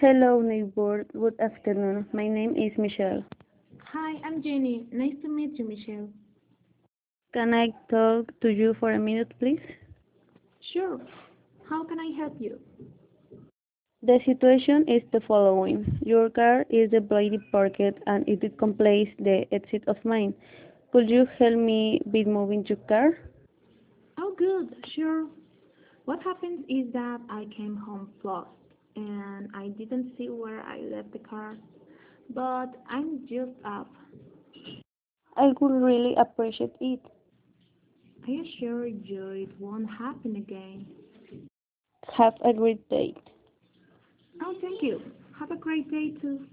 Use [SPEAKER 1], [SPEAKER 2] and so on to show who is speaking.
[SPEAKER 1] Hello, neighbor. Good afternoon. My name is Michelle.
[SPEAKER 2] Hi, I'm Jenny. Nice to meet you, Michelle.
[SPEAKER 1] Can I talk to you for a minute, please?
[SPEAKER 2] Sure. How can I help you?
[SPEAKER 1] The situation is the following. Your car is the bloody pocket and it complains the exit of mine. Could you help me with moving your car?
[SPEAKER 2] Oh, good. Sure. What happened is that I came home lost and I didn't see where I left the car, but I'm just up.
[SPEAKER 1] I would really appreciate it.
[SPEAKER 2] I assure you it won't happen again.
[SPEAKER 1] Have a great day.
[SPEAKER 2] Oh, thank you. Have a great day too.